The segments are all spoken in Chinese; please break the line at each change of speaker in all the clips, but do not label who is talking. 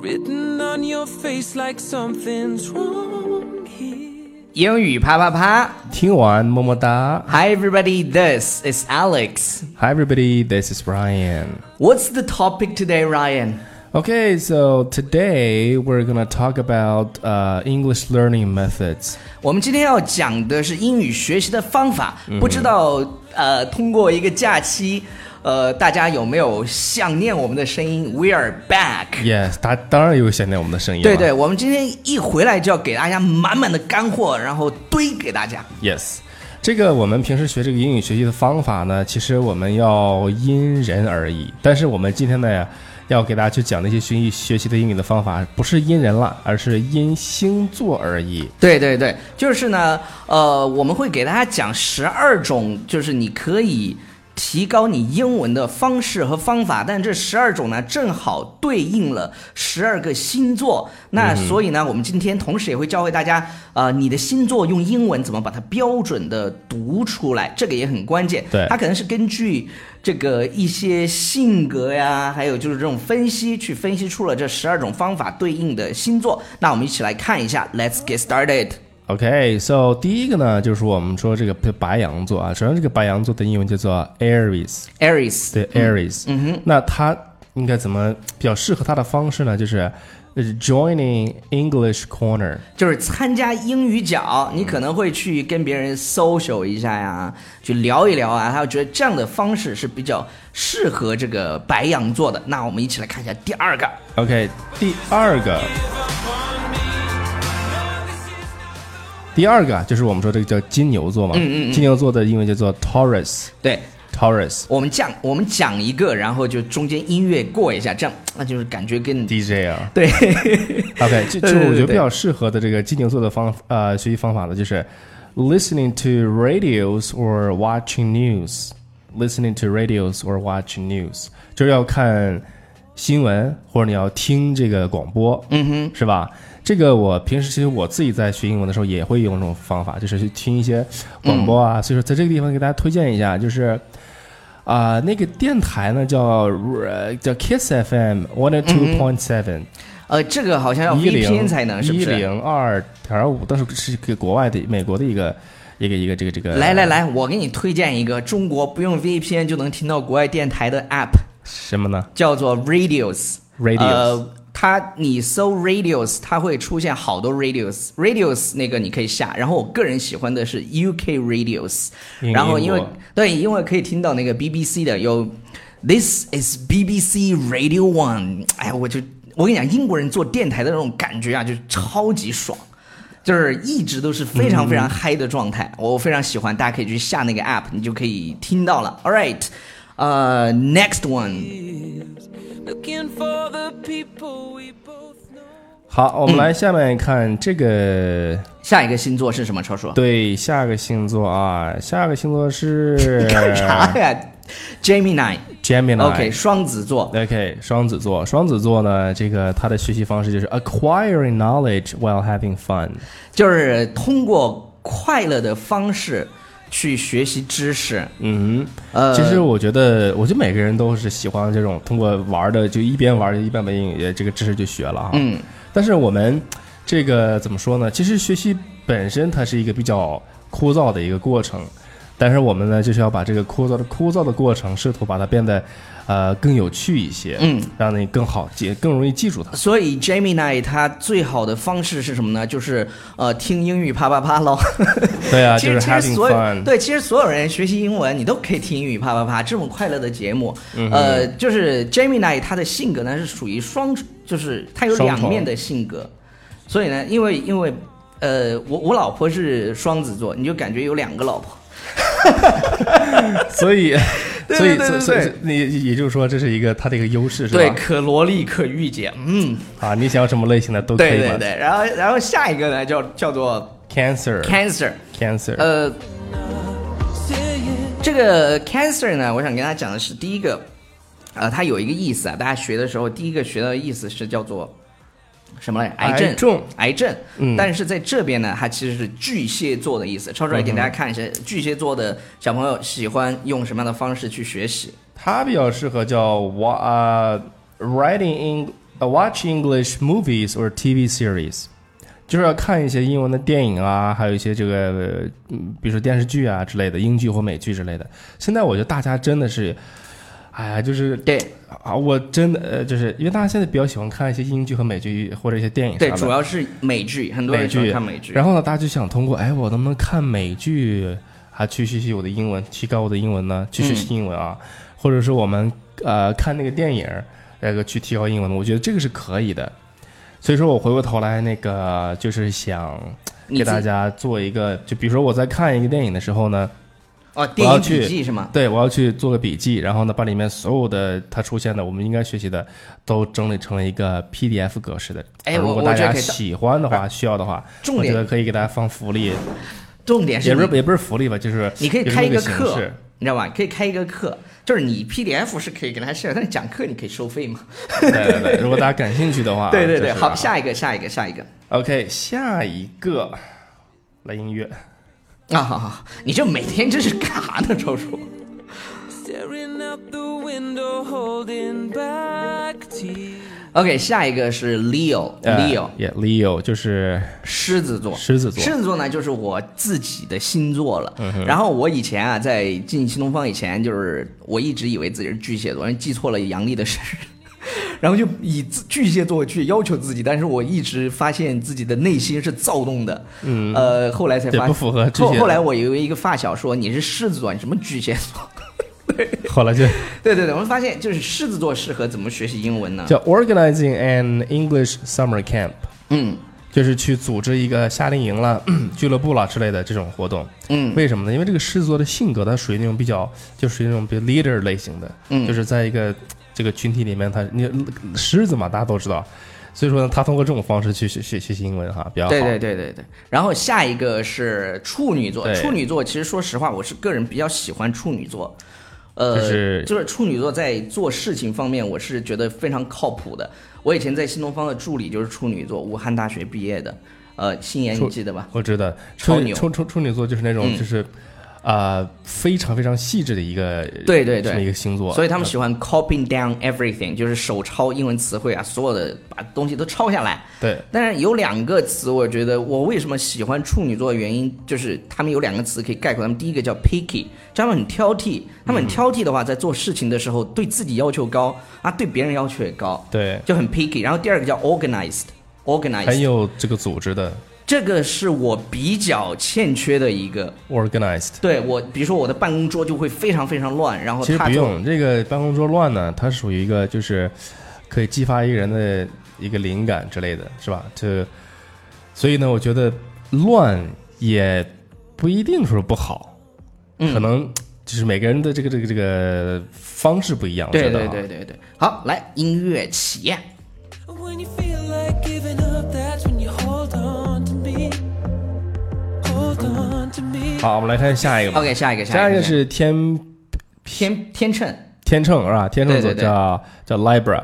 written on your face like something's wrong here.
英语啪啪啪
听完么么哒。
！Hi everybody, this is Alex.
Hi everybody, this is Ryan.
What's the topic today, Ryan?
Okay, so today we're gonna talk about uh, English learning methods.
我们今天要讲的是英语学习的方法。不知道呃，通过一个假期，呃，大家有没有想念我们的声音？We are back.
Yes，他当然有啊想念我们的声音了。
对对，我们今天一回来就要给大家满满的干货，然后堆给大家。
Yes，这个我们平时学这个英语学习的方法呢，其实我们要因人而异。但是我们今天呢，要给大家去讲那些学习学习的英语的方法，不是因人了，而是因星座而异。
对对对，就是呢，呃，我们会给大家讲十二种，就是你可以提高你英文的方式和方法，但这十二种呢，正好对应了十二个星座。那所以呢，我们今天同时也会教会大家，呃，你的星座用英文怎么把它标准的读出来，这个也很关键。
对
它可能是根据这个一些性格呀，还有就是这种分析去分析出了这十二种方法对应的星座。那我们一起来看一下，Let's get started。
OK，so、第一个呢，就是我们说这个白羊座啊，首先这个白羊座的英文叫做 Aries。
Aries，
对 Aries，嗯哼，那他应该怎么比较适合他的方式呢？就是呃 joining English corner，
就是参加英语角，你可能会去跟别人 social 一下呀，去聊一聊啊，他会觉得这样的方式是比较适合这个白羊座的。那我们一起来看一下第二个
OK，第二个，第二个啊就是我们说这个叫金牛座嘛，金牛座的英文叫做 Taurus，Taurus。
对。我们讲，我们讲一个，然后就中间音乐过一下，这样那就是感觉跟
DJ 啊
对
，OK，这这
对对
我觉得
对
比较适合的这个金牛座的方呃学习方法呢，就是 listening to radios or watching news。listening to radios or watching news，就是要看新闻或者你要听这个广播，嗯哼，是吧？这个我平时其实我自己在学英文的时候也会用这种方法，就是去听一些广播
嗯
啊。所以说，在这个地方给大家推荐一下，就是啊、那个电台呢叫呃叫 Kiss FM one two point seven，
呃，这个好像要
一
VPN
零
才能，是不
一
是？
零二点五，但是是给国外的美国的一个一个一个这个这个。
来来，来，我给你推荐一个中国不用 VPN 就能听到国外电台的 App，
什么呢
叫做 Radios。
啊？Radios。
呃，它你搜 Radios，它会出现好多 Radios。Radios 那个你可以下，然后我个人喜欢的是 UK Radios，
英
然后因为
英国
对，因为可以听到那个 BBC 的有 This is BBC Radio One，哎，我就我跟你讲，英国人做电台的那种感觉啊，就是超级爽。就是一直都是非常
嗯
非常嗨的状态，我非常喜欢，大家可以去下那个 app，你就可以听到了。All right，呃、n e x t one，
Looking for the people we both know.
好，我们来下面看这个
下一个星座是什么？超 叔，
对下个星座啊，下个星座 是
干啥哎呀？Gemini，OK，、
Gemini。
OK，双子座，
OK，双子座，双子座呢，这个他的学习方式就是 acquiring knowledge while having fun。
就是通过快乐的方式去学习知识。
嗯
呃
哼，其实我觉得，我觉得每个人都是喜欢这种通过玩的，就一边玩就一边把英语这个知识就学了啊。嗯，但是我们这个怎么说呢？其实学习本身它是一个比较枯燥的一个过程，但是我们呢就是要把这个枯燥的枯燥的过程，试图把它变得呃更有趣一些，嗯，让你更好记，更容易记住它。
所以 Gemini 它最好的方式是什么呢？就是呃听英语啪啪啪喽。
对啊，
其
就
实
是
其实
having
所有
fun。
对，其实所有人学习英文，你都可以听英语啪啪啪这么快乐的节目。
嗯
呃，就是 Gemini 他的性格呢是属于双，就是他有
双
两
重
面的性格，所以呢，因为因为呃，我我老婆是双子座，你就感觉有两个老婆。
所 以，
对
所以，
对对对
所以，所
对
以你也就是说，这是一个它的一个优势，是吧？
对，可萝莉可御姐，嗯，
啊，你想要什么类型的都可以
对
嘛。
对对。然后然后下一个呢叫叫做
Cancer。
Cancer，
Cancer，
呃，
Say it.
这个 cancer 呢，我想跟大家讲的是第一个，呃，它有一个意思啊，大家学的时候第一个学到的意思是叫做什么来着？
癌
症，癌
症，嗯
但是在这边呢，它其实是巨蟹座的意思。超出来给大家看一下，
嗯
巨蟹座的小朋友喜欢用什么样的方式去学习？
它比较适合叫 wa 呃啊 writing in 呃 watch English movies or TV series，就是要看一些英文的电影啊，还有一些这个，呃嗯比如说电视剧啊之类的，英剧或美剧之类的。现在我觉得大家真的是，哎呀，就是
对
啊，我真的呃，就是因为大家现在比较喜欢看一些英剧和美剧或者一些电影啥
对，
的，
主要是美剧，很多人喜欢看美剧。
然后呢，大家就想通过，哎，我能不能看美剧啊，去学习我的英文，提高我的英文呢？去学习英文啊，或者说我们呃看那个电影，那、个去提高英文呢？我觉得这个是可以的。所以说我回过头来，那个就是想
你
给大
自己
家做一个，就比如说我在看一个电影的时候呢，
哦，电
我要
影
去
笔记是吗？
对我要去做个笔记，然后呢，把里面所有的它出现的我们应该学习的都整理成了一个 PDF 格式的。
哎
啊如
我
果
我
大
觉得
家
可以当
喜欢的话，需要的话，
重
我觉
点
得可以给大家放福利，
重点
也
是
不是
你
也不是福利吧，就是
你可以
也是
开
那个
一个
形
课
式，
你知道吧？可以开一个课，就是你 PDF 是可以给大家 share，但是讲课你可以收费嘛？
对对 对，如果大家感兴趣的话，
对对对，
啊就是
好，下一个，下一个，下一个
OK 下一个来音乐，
啊！好好，好你这每天这是干啥呢， 周叔？
Staring out the window, holding back tears.
OK，下一个是 Leo，Leo、
呃也 Leo 就是
狮子座，
哎狮子座嗯
狮子座呢就是我自己的星座了。然后我以前啊，在进新东方以前，就是我一直以为自己是巨蟹座，因为记错了阳历的生日， 然后就以自巨蟹座去要求自己，但是我一直发现自己的内心是躁动的。嗯，呃，后来才发
对不符合巨蟹
后
座
后来我有一个发小说你是狮子座，你什么巨蟹座？
后 来就
对对对，我们发现就是狮子座适合怎么学习英文呢？
叫 Organizing an English Summer Camp，
嗯，
就是去组织一个夏令营啦、 俱乐部啦之类的这种活动。嗯，为什么呢？因为这个狮子座的性格，它属于那种比较，就属于那种比较 leader 类型的，嗯，就是在一个这个群体里面，它你狮子嘛，大家都知道，所以说呢，他通过这种方式去学学学习英文哈，比较好。
对对对对对。然后下一个是处女座，
对
处女座其实说实话，我是个人比较喜欢处女座。呃，
就是
就是处女座在做事情方面，我是觉得非常靠谱的。我以前在新东方的助理就是处女座，武汉大学毕业的。呃，心妍
处
你记得吧？
我知道，
超
处
牛
处处处女座就是那种
嗯
就是，啊，非常非常细致的一个
对对对
这么一个星座，
所以他们喜欢 copying down everything，就是手抄英文词汇啊，所有的把东西都抄下来。
嗯对
但是有两个词，我觉得我为什么喜欢处女座的原因，就是他们有两个词可以概括他们。第一个叫 picky，就他们很挑剔，他们很挑剔的话，在做事情的时候对自己要求高啊，对别人要求也高，
对，
就很 picky。然后第二个叫 organized，organized，
很有这个组织的
这个是我比较欠缺的一个。
organized。
对我，比如说我的办公桌就会非常非常乱，然后
其实
他
不
就
用，这个办公桌乱呢，它属于一个就是可以激发一个人的一个灵感之类的，是吧？这，所以呢，我觉得乱也不一定说不好，
嗯
可能就是每个人的这个这个这个方式不一样。我
对
觉得
对
啊
对对对。好，来音乐起。
When you feel like giving up, that's when you hold on to me. Hold on to me.
好，我们来看下一个吧。
OK，下一个，
下
一
一个
个
是天
天天秤。
天秤是吧？天秤座
对对对
叫叫 Libra，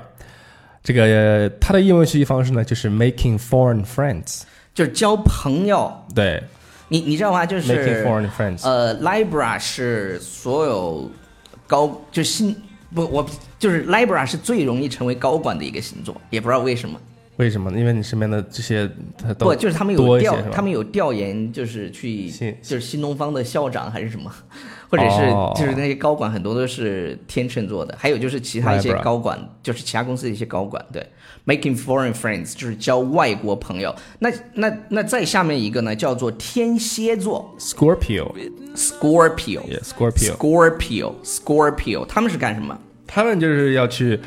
这个呃它的英文学习方式呢，就是 making foreign friends，
就是交朋友，
对
你你知道吗？就
，making
是
foreign friends，
呃，Libra 是所有高就新不我就是 Libra 是最容易成为高管的一个星座，也不知道为什么。
为什么呢？因为你身边的这些他都
不，就是他们有
多一些
调
是吧，
他们有调研，就是去
新
就是新东方的校长还是什么， 或者是
哦
就是那些高管很多都是天秤座的，还有就是其他一些
Libra
高管，就是其他公司的一些高管，对，making foreign friends 就是交外国朋友。那那那再下面一个呢，叫做天蝎座
Scorpio，
Scorpio。
也 Scorpio，
Scorpio Scorpio，他们是干什么？
他们就是要去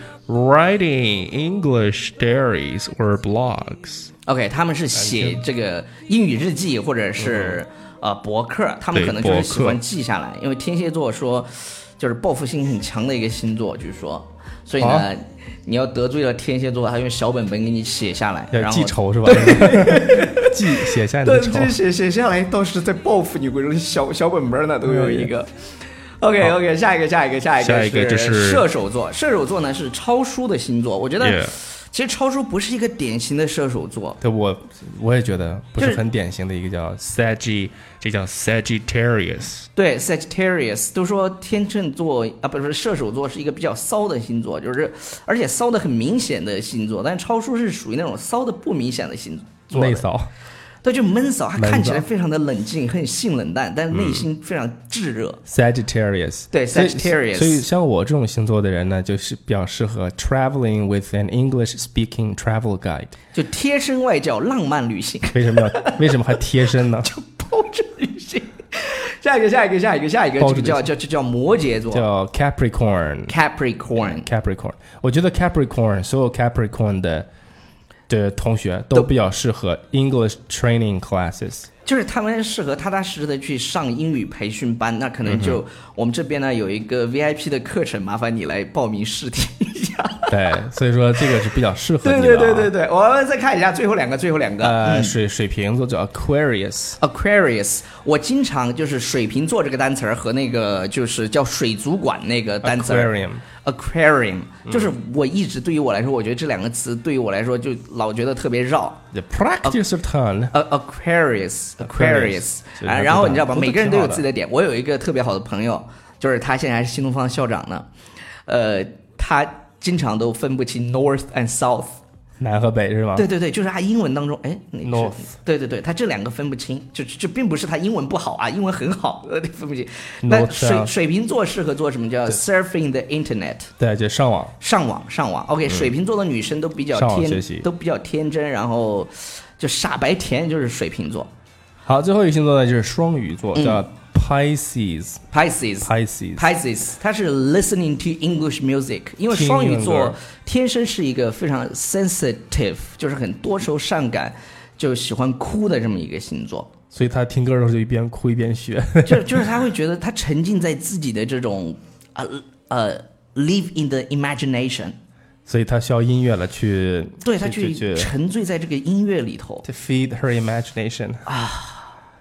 writing English diaries or blogs，
OK，他们是写这个英语日记或者是、呃博客，他
嗯
们
对
可能就是
博
喜
客
欢记下来，因为天蝎座说就是报复心很强的一个星座，据说，所以呢，
啊
你要得罪了天蝎座，他用小本本给你写下来，
要
然后
记仇是吧？ 记写下你
对，
的仇
这。写写下来，到时再报复你，或者小小本本呢都有一个。OK
好
OK，下一个下一个下一个
下一个就是
射手座，射手座呢是超叔的星座，我觉得
Yeah，
其实超叔不是一个典型的射手座，
对我我也觉得不
就是是
很典型的一个叫 Sag，这叫 Sagittarius。
对 Sagittarius 都说天秤座啊，不是射手座是一个比较骚的星座，就是而且骚的很明显的星座，但超叔是属于那种骚的不明显的星座的
内扫，
对，就闷骚，他
闷骚嗯
看起来非常的冷静，很性冷淡，但是内心非常炙热。
Sagittarius，
对
所以
Sagittarius
所以像我这种星座的人呢，就是比较适合 traveling with an English-speaking travel guide。
就贴身外教，浪漫旅行，
为什么要为什么还贴身呢？
包着旅行。下一个，下一个，下一个，下一个，
包
这
着
个
旅行
叫叫叫叫摩羯座
叫 Capricorn。
Capricorn，
Capricorn，我觉得 Capricorn 所有 Capricorn 的的同学都
都
比较适合 English training classes。
就是他们适合踏踏实实的去上英语培训班。那可能
嗯
就我们这边呢有一个 VIP 的课程，麻烦你来报名试听一下。
对，所以说这个是比较适合
对
你的、啊。
对对对对，我们再看一下最后两个，最后两个。
呃，水水瓶座叫 Aquarius，
Aquarius，我经常就是水瓶座这个单词儿和那个就是叫水族馆那个单词儿
Aquarium
aquarium，就是
嗯
我一直对于我来说，我觉得这两个词对于我来说就老觉得特别绕。
the practice ton，、
呃，Aquarius Aquarius，
所以
啊，
它
然后
不
你知道吧，
大都
每个人
挺
都
好
有
的
自己的点。我有一个特别好的朋友，就是他现在还是新东方校长呢，呃，他经常都分不清 North and South。
南和北是吗？
对对对，就是他英文当中，哎那个是
啊 North
对对对，他这两个分不清，就就并不是他英文不好啊，英文很好， 呃，分不清。那
North 啊
水
South
水瓶座适合做什么叫 surfing the internet，
对，就上网。
上网上网。OK，、水瓶座的女生都比较
嗯上网学习
天，都比较天真，然后就傻白甜，就是水瓶座
好，最后一个星座呢就是双鱼座，
嗯
叫 Pisces，Pisces、
Pisces。Pisces，他是 listening to English music，因为双鱼
听英文
座
歌
天生是一个非常 sensitive，就是很多愁善感，就喜欢哭的这么一个星座。
所以他听歌的时候就一边哭一边学。
就就是他会觉得他沉浸在自己的这种呃呃 live in the imagination，
所以他需要音乐了去，
对他
去去
去沉醉在这个音乐里头。
to feed her imagination。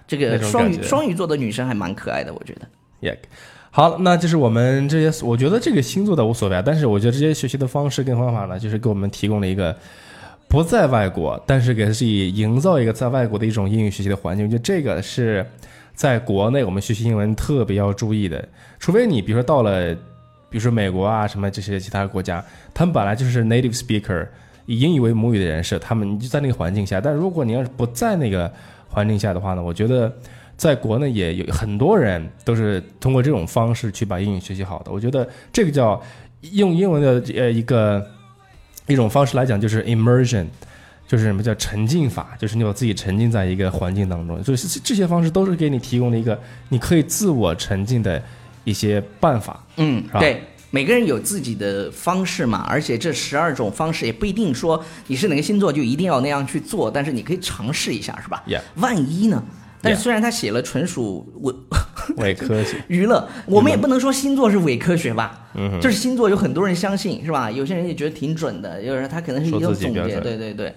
这个
那种
双
感
鱼
觉
双鱼座的女生还蛮可爱的，我觉得。
Yeah，好，那就是我们这些，我觉得这个星座倒无所谓啊，但是我觉得这些学习的方式跟方法呢，就是给我们提供了一个不在外国，但是给自己营造一个在外国的一种英语学习的环境。我觉得这个是在国内我们学习英文特别要注意的，除非你比如说到了，比如说美国啊什么这些其他国家，他们本来就是 native speaker。以英语为母语的人士，他们你就在那个环境下。但如果你要是不在那个环境下的话呢，我觉得在国内也有很多人都是通过这种方式去把英语学习好的。我觉得这个叫用英文的呃一个一种方式来讲，就是 immersion，就是什么叫沉浸法，就是你把自己沉浸在一个环境当中。就是这些方式都是给你提供了一个你可以自我沉浸的一些办法。
嗯
是，吧
对，每个人有自己的方式嘛，而且这十二种方式也不一定说你是哪个星座就一定要那样去做，但是你可以尝试一下，是吧
Yeah
万一呢？但是
Yeah
虽然他写了纯属我。
伪科 学，
娱乐，我们也不能说星座是伪科学吧，
嗯
就是星座有很多人相信是吧？有些人也觉得挺准的，有人他可能是一种
说自己
总
比较
结，
准
对对对。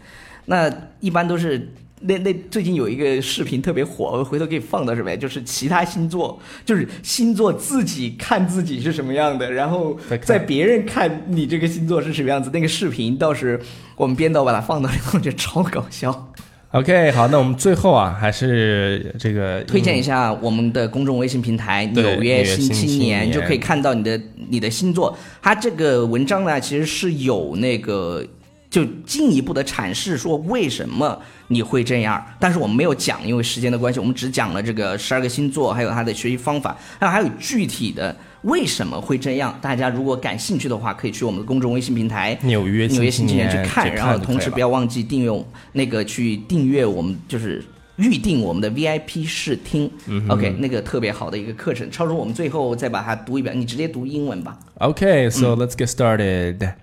那一般都是那那最近有一个视频特别火，我回头可以放到这边，就是其他星座，就是星座自己看自己是什么样的，然后
再看
在别人看你这个星座是什么样子。那个视频倒是我们编导把它放到里面，我觉得超搞笑。
OK，好，那我们最后啊，还是这个
推荐一
下，
下我们的公众微信平台《
对
纽约新
纽约新
青
青
年》，
年
就可以看到你的你的星座。它这个文章呢，其实是有那个就进一步的阐释说为什么你会这样，但是我们没有讲，因为时间的关系，我们只讲了这个十二个星座，还有它的学习方法，那还有具体的为什么会这样。大家如果感兴趣的话，可以去我们的公众微信平台
纽约
纽约新
新
青
青
年去
年
看，
去
然
看
后
就
同
可以
时
了
不要忘记订阅我那个去订阅我们就是预定我们的 VIP 试听、OK，那个特别好的一个课程。超叔，我们最后再把它读一遍，你直接读英文吧。
Okay, so let's get started.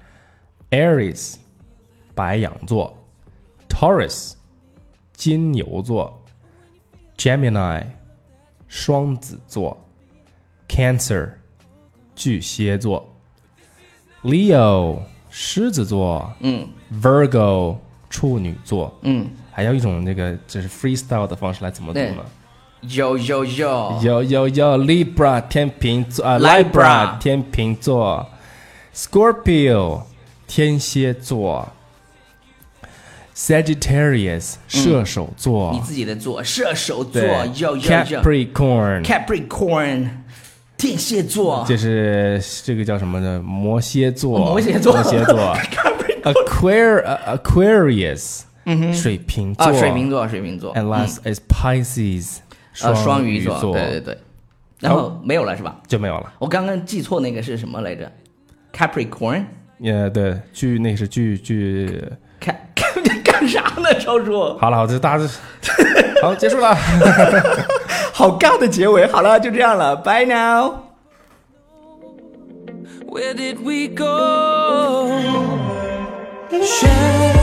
Aries，白羊座；Taurus，金牛座；Gemini，双子座；Cancer，巨蟹座；Leo，狮子座
嗯
；Virgo，处女座。
嗯
还有一种那个就是 freestyle 的方式来怎么读
对
呢？
，Yo Yo Yo，
有有有，Libra 天平座啊
Libra
天平座，Scorpio 天蝎座 Sagittarius 射手座
嗯你自己的座，射手座
对
，yo yo
，Capricorn
yo，Capricorn，天 蝎座
这是这个叫什么呢？摩羯座，
哦摩羯座
摩羯 座
，Capricorn
，Aquar Aquarius 水瓶座，
嗯啊，水瓶座，水瓶座，
，and
嗯
last is Pisces
呃，双
鱼
座，对对对，然后没有了是吧？
就没有了。
我刚刚记错那个是什么来着？Capricorn。
呃，对，据那是据据，
看看 干啥呢，超叔？
好了，好，这大家好结束了。
好尬的结尾。好了，就这样了，Bye now。
Where did we go? Shadow